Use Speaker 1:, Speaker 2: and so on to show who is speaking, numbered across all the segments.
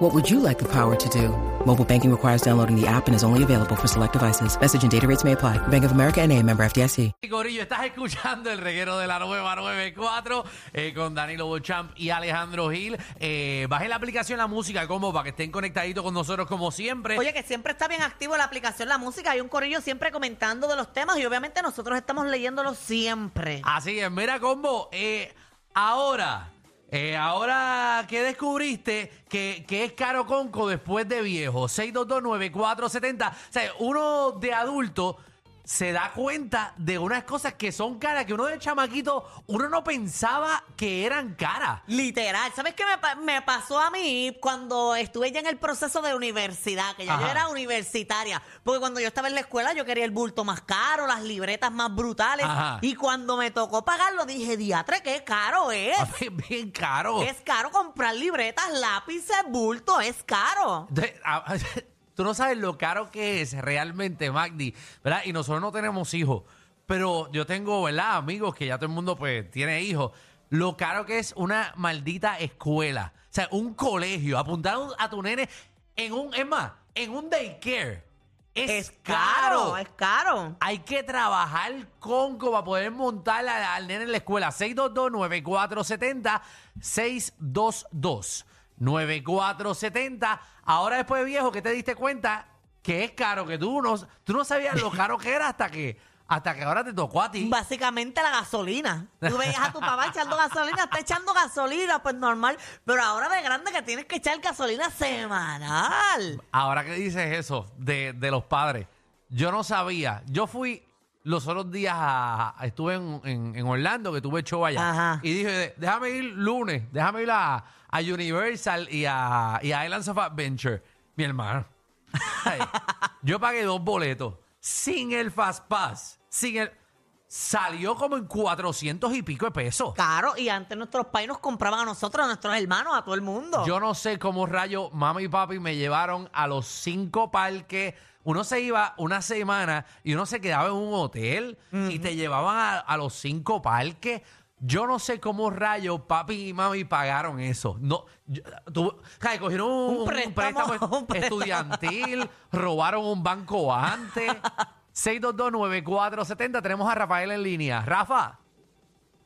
Speaker 1: What would you like the power to do? Mobile banking requires downloading the app and is only available for select devices. Message and data rates may apply. Bank of America and a member FDIC.
Speaker 2: Corillo, estás escuchando el reguero de la nueva 94 eh, con Danilo Bochamp y Alejandro Gil. Eh, bajen la aplicación La Música como para que estén conectaditos con nosotros como siempre.
Speaker 3: Oye, que siempre está bien activo la aplicación La Música. Hay un corrillo siempre comentando de los temas y obviamente nosotros estamos leyéndolo siempre.
Speaker 2: Así es, mira combo, eh, ahora, eh, ahora que descubriste que, que es caro conco después de viejo, 6229470, o sea, uno de adulto se da cuenta de unas cosas que son caras, que uno de chamaquito, uno no pensaba que eran caras.
Speaker 3: Literal. ¿Sabes qué me, pa- me pasó a mí cuando estuve ya en el proceso de universidad? Que ya yo
Speaker 2: Ajá.
Speaker 3: era universitaria. Porque cuando yo estaba en la escuela yo quería el bulto más caro, las libretas más brutales.
Speaker 2: Ajá.
Speaker 3: Y cuando me tocó pagarlo dije, diatre, qué caro es.
Speaker 2: Bien, bien caro.
Speaker 3: Es caro comprar libretas, lápices, bulto, es caro.
Speaker 2: Entonces, a- Tú no sabes lo caro que es realmente, Magdi, ¿verdad? Y nosotros no tenemos hijos, pero yo tengo, ¿verdad? Amigos que ya todo el mundo pues tiene hijos. Lo caro que es una maldita escuela, o sea, un colegio, apuntar a un- a tu nene en un, es más, en un daycare. Es, caro.
Speaker 3: es caro.
Speaker 2: Hay que trabajar conco para poder montar al, al nene en la escuela. 622-9470. 622-9470. Ahora después de viejo que te diste cuenta que es caro, que tú no, tú no sabías lo caro que era hasta que, hasta que ahora te tocó a ti.
Speaker 3: Básicamente la gasolina. Tú veías a tu papá echando gasolina, está echando gasolina, pues normal. Pero ahora de grande que tienes que echar gasolina semanal.
Speaker 2: Ahora que dices eso de, de los padres, yo no sabía. Yo fui los otros días a, a- estuve en, en- en Orlando, que tuve show allá.
Speaker 3: Ajá.
Speaker 2: Y dije, déjame ir lunes, déjame ir a, a Universal y a, y a Islands of Adventure. Mi hermano. Ay, yo pagué dos boletos sin el Fast Pass. Sin el. Salió como en 400 y pico de pesos.
Speaker 3: Caro. Y antes nuestros pais nos compraban a nosotros, a nuestros hermanos, a todo el mundo.
Speaker 2: Yo no sé cómo rayo mamá y papi me llevaron a los cinco parques. Uno se iba una semana y uno se quedaba en un hotel y te llevaban a, a los cinco parques. Yo no sé cómo rayo papi y mami pagaron eso. No, yo- tú- ay, cogieron un,
Speaker 3: Un préstamo, un préstamo.
Speaker 2: estudiantil, robaron un banco antes. 6229470, tenemos a Rafael en línea. Rafa,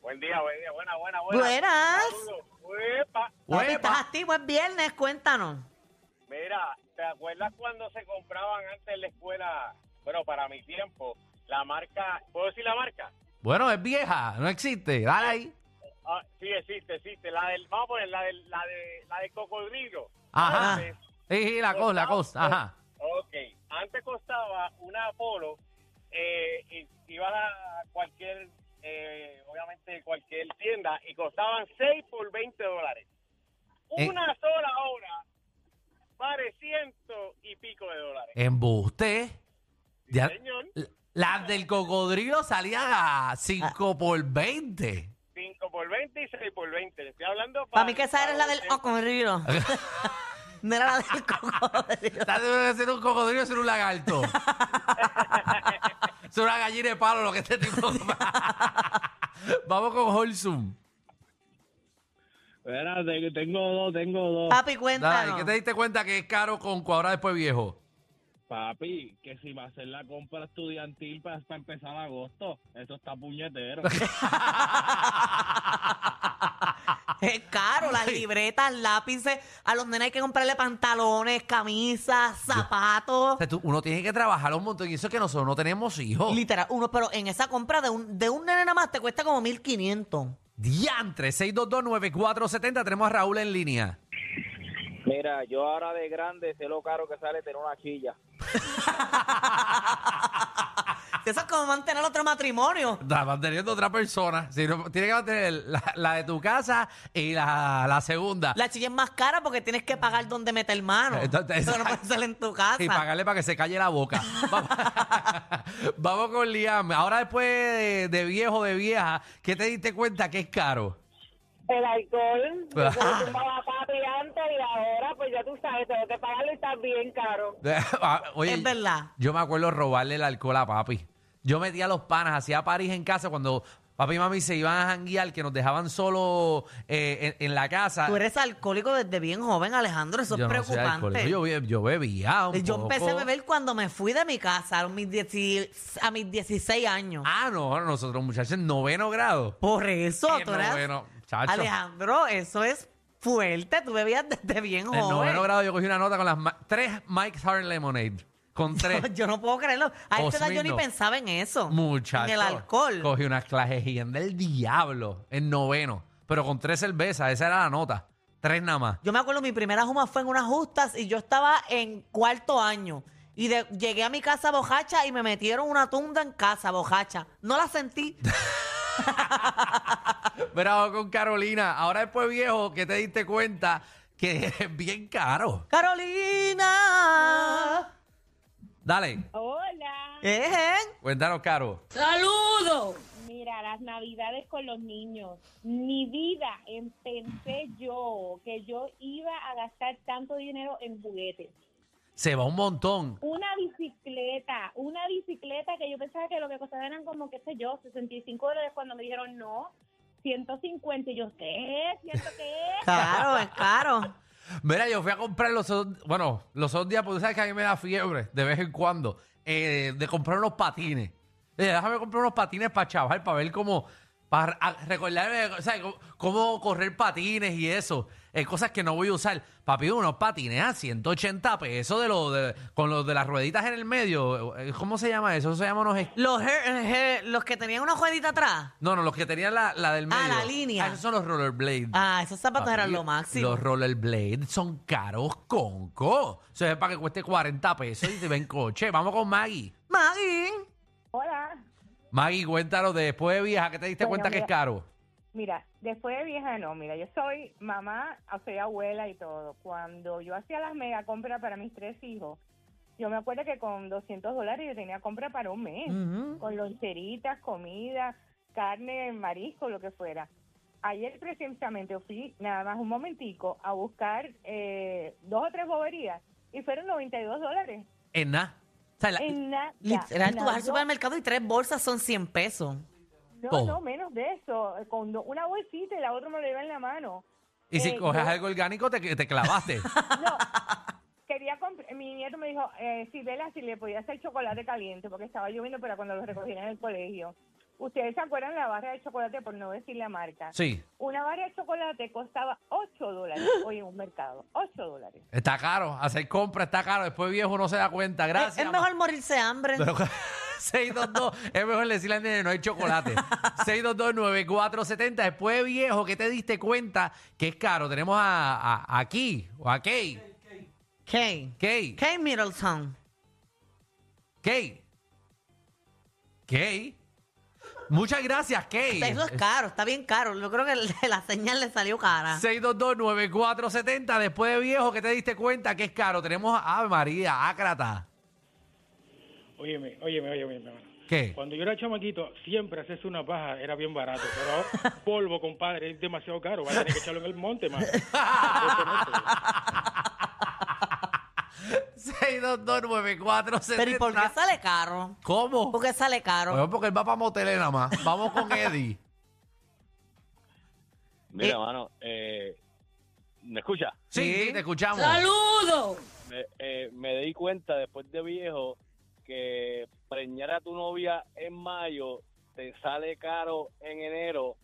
Speaker 4: Buen día, buen día, buena, buena, buena.
Speaker 3: Buenas.
Speaker 4: Saludos. Uepa.
Speaker 3: Papi, estás
Speaker 2: huepa.
Speaker 3: activo, es viernes, cuéntanos.
Speaker 4: Mira, ¿te acuerdas cuando se compraban antes en la escuela? Bueno, para mi tiempo, la marca, ¿puedo decir la marca?
Speaker 2: Bueno, es vieja, no existe. Dale ahí.
Speaker 4: Ah, sí, existe, existe. La del, vamos a poner la del, la de, la del cocodrilo.
Speaker 2: Ajá.
Speaker 4: Antes,
Speaker 2: Sí, sí, la cosa, la cosa. Ajá.
Speaker 4: Ok, antes costaba una Apolo, eh, y ibas a cualquier, eh, obviamente cualquier tienda, y costaban 6 por 20 dólares.
Speaker 2: Eh.
Speaker 4: Una sola hora vale ciento y pico de dólares.
Speaker 2: Embuste. Ya-
Speaker 4: Señor,
Speaker 2: las del cocodrilo salían a 5 por 20.
Speaker 4: 5 por 20 y 6 por 20. Le estoy hablando
Speaker 3: Para mí que esa era la del
Speaker 4: para-
Speaker 3: cocodrilo. no era la del cocodrilo.
Speaker 2: Está de ser un cocodrilo ser un lagarto. es una gallina de palo lo que este tipo. Vamos con Holzum.
Speaker 4: Espera, te- tengo dos, tengo dos.
Speaker 3: Papi,
Speaker 2: Dale,
Speaker 3: cuéntanos.
Speaker 2: ¿qué te diste cuenta que es caro con cuadra después viejo?
Speaker 4: Papi, que si va a hacer la compra estudiantil para, para empezar agosto, eso está puñetero.
Speaker 3: Es caro, las libretas, lápices. A los nenes hay que comprarle pantalones, camisas, zapatos.
Speaker 2: O sea, tú- uno tiene que trabajar un montón y eso es que nosotros no tenemos hijos.
Speaker 3: Literal, uno, pero en esa compra de un, de un nene nada más te cuesta como 1500.
Speaker 2: Diantre, 6229470, tenemos a Raúl en línea.
Speaker 5: Mira, yo ahora de grande sé lo caro que sale tener una chilla.
Speaker 3: Eso es como mantener otro matrimonio.
Speaker 2: Estás manteniendo otra persona. Si no, tienes que mantener la, la de tu casa y la, la segunda.
Speaker 3: La chilla es más cara porque tienes que pagar donde meter mano.
Speaker 2: Entonces,
Speaker 3: Eso no puede ser en tu casa.
Speaker 2: Y pagarle para que se calle la boca. Vamos, Vamos con Liam. Ahora después de, de viejo, de vieja, ¿qué te diste cuenta que es caro?
Speaker 6: El alcohol, yo lo tumbaba papi antes y ahora, pues ya tú sabes, tengo que pagarlo y está bien caro.
Speaker 2: Ah, Oye,
Speaker 3: Es verdad.
Speaker 2: Yo me acuerdo robarle el alcohol a papi. Yo metía los panas, hacía parís en casa cuando papi y mami se iban a janguear, que nos dejaban solo eh, en, en la casa.
Speaker 3: Tú eres alcohólico desde bien joven, Alejandro. Eso
Speaker 2: Yo
Speaker 3: es
Speaker 2: no soy alcohólico.
Speaker 3: preocupante.
Speaker 2: Yo, be- yo bebía un
Speaker 3: Yo empecé a
Speaker 2: poco.
Speaker 3: beber cuando me fui de mi casa a mis, 10 a mis 16 años.
Speaker 2: Ah, no, nosotros muchachos en noveno grado.
Speaker 3: Por eso,
Speaker 2: En
Speaker 3: tú eras-
Speaker 2: noveno, chacho.
Speaker 3: Alejandro, eso es fuerte. Tú bebías desde bien
Speaker 2: En noveno
Speaker 3: joven.
Speaker 2: grado yo cogí una nota con las ma- tres Mike's Hard Lemonade. Con tres.
Speaker 3: Yo no puedo creerlo. A esta edad yo ni
Speaker 2: Osmino.
Speaker 3: pensaba en eso.
Speaker 2: Muchachos.
Speaker 3: En el alcohol.
Speaker 2: Cogí unas clajejías del diablo en noveno. Pero con tres cervezas, esa era la nota. Tres nada más.
Speaker 3: Yo me acuerdo, mi primera juma fue en unas justas y yo estaba en cuarto año. Y de- llegué a mi casa bojacha y me metieron una tunda en casa bojacha. No la sentí.
Speaker 2: Bravo con Carolina. Ahora después viejo, que te diste cuenta que es bien caro.
Speaker 3: Carolina.
Speaker 2: Dale,
Speaker 6: Hola.
Speaker 3: ¿Eh?
Speaker 2: cuéntanos, Caro.
Speaker 6: Mira, las navidades con los niños. Mi vida, em- pensé yo que yo iba a gastar tanto dinero en juguetes.
Speaker 2: Se va un montón.
Speaker 6: Una bicicleta, una bicicleta que yo pensaba que lo que costaba eran como, qué sé yo, 65 dólares cuando me dijeron no. 150 y yo, ¿qué? ¿Ciento qué?
Speaker 3: Claro, es caro.
Speaker 2: Mira, yo fui a comprar los otros, bueno, los otros días, porque tú sabes que a mí me da fiebre de vez en cuando, eh, de comprar unos patines. Eh, déjame comprar unos patines para chaval, para ver cómo, para a- recordarme, ¿sabes? Cómo, cómo correr patines y eso. Eh, cosas que no voy a usar. Papi, unos patines a 180 pesos de lo, de- con los de las rueditas en el medio. Eh, ¿Cómo se llama eso? Eso se llama unos... es-
Speaker 3: Los, her- her- los que tenían una ruedita atrás.
Speaker 2: No, no, los que tenían la, la del
Speaker 3: Ah,
Speaker 2: medio.
Speaker 3: la línea.
Speaker 2: esos son los rollerblades.
Speaker 3: Ah, esos zapatos
Speaker 2: Papi,
Speaker 3: eran lo máximo.
Speaker 2: Los rollerblades son caros conco. Eso es para que cueste 40 pesos y te ven coche. Vamos con Maggie.
Speaker 3: Maggie.
Speaker 7: Hola.
Speaker 2: Maggie, cuéntanos de después de vieja que te diste
Speaker 7: Bueno,
Speaker 2: cuenta que
Speaker 7: mira.
Speaker 2: es caro.
Speaker 7: Mira, después de vieja no, mira, yo soy mamá, soy abuela y todo. Cuando yo hacía las mega compras para mis tres hijos, yo me acuerdo que con 200 dólares yo tenía compra para un mes, con loncheritas, comida, carne, marisco, lo que fuera. Ayer precisamente fui nada más un momentico a buscar eh, dos o tres boberías y fueron 92 dólares.
Speaker 2: En nada. O sea, la-
Speaker 7: En nada.
Speaker 3: Literal, tú vas al
Speaker 7: Nada.
Speaker 3: supermercado y tres bolsas son 100 pesos.
Speaker 7: No,
Speaker 2: Todo.
Speaker 7: no, menos de eso. Con do- una bolsita y la otra me lo lleva en la mano.
Speaker 2: y si
Speaker 7: eh,
Speaker 2: coges
Speaker 7: yo-
Speaker 2: algo orgánico, te, te clavaste.
Speaker 7: No, quería comprar. Mi nieto me dijo, eh, si vela, si le podía hacer chocolate caliente, porque estaba lloviendo, pero cuando lo recogían en el colegio. Ustedes se acuerdan la barra de chocolate, por no decir la marca.
Speaker 2: sí,
Speaker 7: Una barra de chocolate costaba 8 dólares hoy en un mercado. 8 dólares.
Speaker 2: está caro. Hacer compra está caro. Después viejo no se da cuenta. Gracias.
Speaker 3: Es, es mejor morirse de hambre.
Speaker 2: Pero 622, es mejor decirle al nene no hay chocolate. 6229470, después de viejo, que te diste cuenta que es caro? Tenemos a, a- a aquí, o a Kay.
Speaker 3: Kay.
Speaker 2: Kay.
Speaker 3: Kay Middleton.
Speaker 2: Kay. Kay. Muchas gracias, Kay.
Speaker 3: Eso es caro, está bien caro. Yo creo que le- la señal le salió cara.
Speaker 2: 6229470, después de viejo, que te diste cuenta que es caro? Tenemos a Ave María, Ácrata.
Speaker 8: Óyeme, óyeme, óyeme, mi hermano.
Speaker 2: ¿Qué?
Speaker 8: Cuando yo era chamaquito, siempre hacerse una paja era bien barato. Pero ahora, polvo, compadre, es demasiado caro. Va a tener que echarlo en el monte, man.
Speaker 2: 6229470.
Speaker 3: Pero ¿y por qué sale caro?
Speaker 2: ¿Cómo?
Speaker 3: ¿Por qué sale caro?
Speaker 2: Bueno, porque él va para moteles nada más. Vamos con Eddie.
Speaker 5: Mira, mano, eh, ¿me escucha?
Speaker 2: Sí,
Speaker 3: Sí.
Speaker 2: sí, te escuchamos.
Speaker 5: Me, eh, me di cuenta después de viejo que preñar a tu novia en mayo te sale caro en enero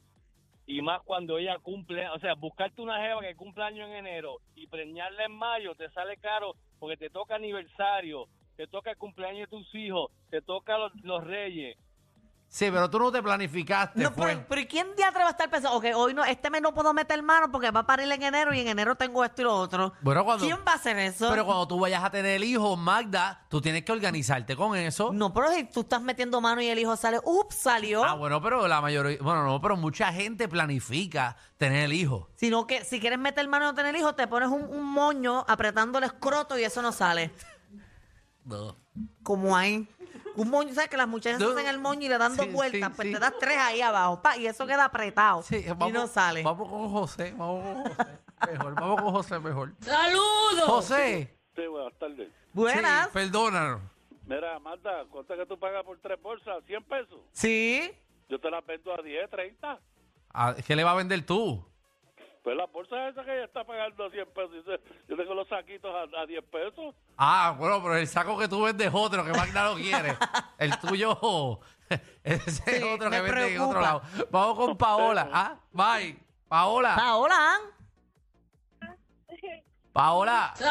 Speaker 5: y más cuando ella cumple, o sea, buscarte una jeva que cumple año en enero y preñarla en mayo te sale caro porque te toca aniversario, te toca el cumpleaños de tus hijos, te toca los, los reyes.
Speaker 2: Sí, pero tú no te planificaste.
Speaker 3: No,
Speaker 2: fue.
Speaker 3: pero, pues, pero ¿y ¿quién diatre va a estar pensando? Ok, hoy no, este mes no puedo meter mano porque va a parir en enero y en enero tengo esto y lo otro.
Speaker 2: Bueno, cuando-
Speaker 3: ¿Quién va a hacer eso?
Speaker 2: Pero cuando tú vayas a tener el hijo, Magda, tú tienes que organizarte con eso.
Speaker 3: No, pero si tú estás metiendo mano y el hijo sale, ups, salió.
Speaker 2: Ah, bueno, pero la mayoría, bueno, no, pero mucha gente planifica tener el hijo.
Speaker 3: Sino que si quieres meter mano y no tener hijo, te pones un, un moño apretando el escroto y eso no sale.
Speaker 2: No.
Speaker 3: Como ahí. Un moño, ¿sabes? Que las muchachas
Speaker 2: No.
Speaker 3: hacen el moño y le dan dos
Speaker 2: Sí,
Speaker 3: vueltas,
Speaker 2: sí,
Speaker 3: pues
Speaker 2: sí.
Speaker 3: te das tres ahí abajo, pa, y eso queda apretado.
Speaker 2: Sí,
Speaker 3: y no sale.
Speaker 2: Vamos con José, vamos con José. Mejor, vamos con José mejor. ¡Saludos! José.
Speaker 5: Sí, buenas tardes.
Speaker 3: Buenas.
Speaker 2: Sí, perdónanos.
Speaker 5: Mira, Marta, ¿cuánto es que tú pagas por tres bolsas? ¿100 pesos?
Speaker 3: Sí.
Speaker 5: Yo te las vendo a 10, 30.
Speaker 2: Ah, ¿Qué le va a vender tú?
Speaker 5: Pues las bolsas esas que ella está pagando a 100 pesos. dice, Yo tengo los saquitos a, a 10 pesos.
Speaker 2: Ah, bueno, pero el saco que tú vendes es otro, que Magda no quiere. El tuyo, ese es
Speaker 3: Sí,
Speaker 2: otro
Speaker 3: me
Speaker 2: que vende en otro
Speaker 3: preocupa.
Speaker 2: lado. Vamos con Paola. Ah, bye. Paola.
Speaker 3: Paola.
Speaker 2: Paola.
Speaker 6: no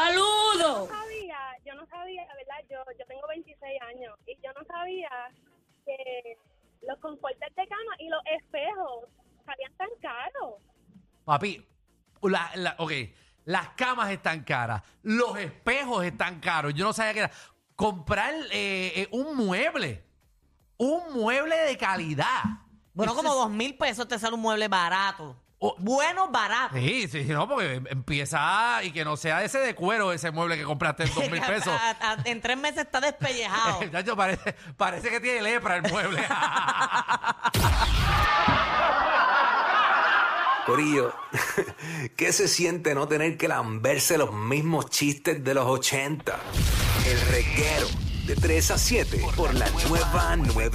Speaker 6: sabía, yo no sabía, ¿verdad? Yo, yo tengo 26 años y yo no sabía que los confortes de cama y los espejos salían tan caros.
Speaker 2: Papi, la, la- ok, las camas están caras, los espejos están caros. Yo no sabía que era. Comprar eh, eh, un mueble, un mueble de calidad.
Speaker 3: Bueno,
Speaker 2: Eso
Speaker 3: como
Speaker 2: es-
Speaker 3: dos mil pesos te sale un mueble barato.
Speaker 2: Oh.
Speaker 3: Bueno, barato.
Speaker 2: Sí, sí, sí, no, porque em- empieza y que no sea ese de cuero, ese mueble que compraste en dos mil pesos.
Speaker 3: A- a- en tres meses está despellejado.
Speaker 2: Chacho, parece, parece que tiene lepra el mueble.
Speaker 9: Corillo, ¿qué se siente no tener que lamberse los mismos chistes de los 80? El reguero de 3 a 7 por la nueva 9.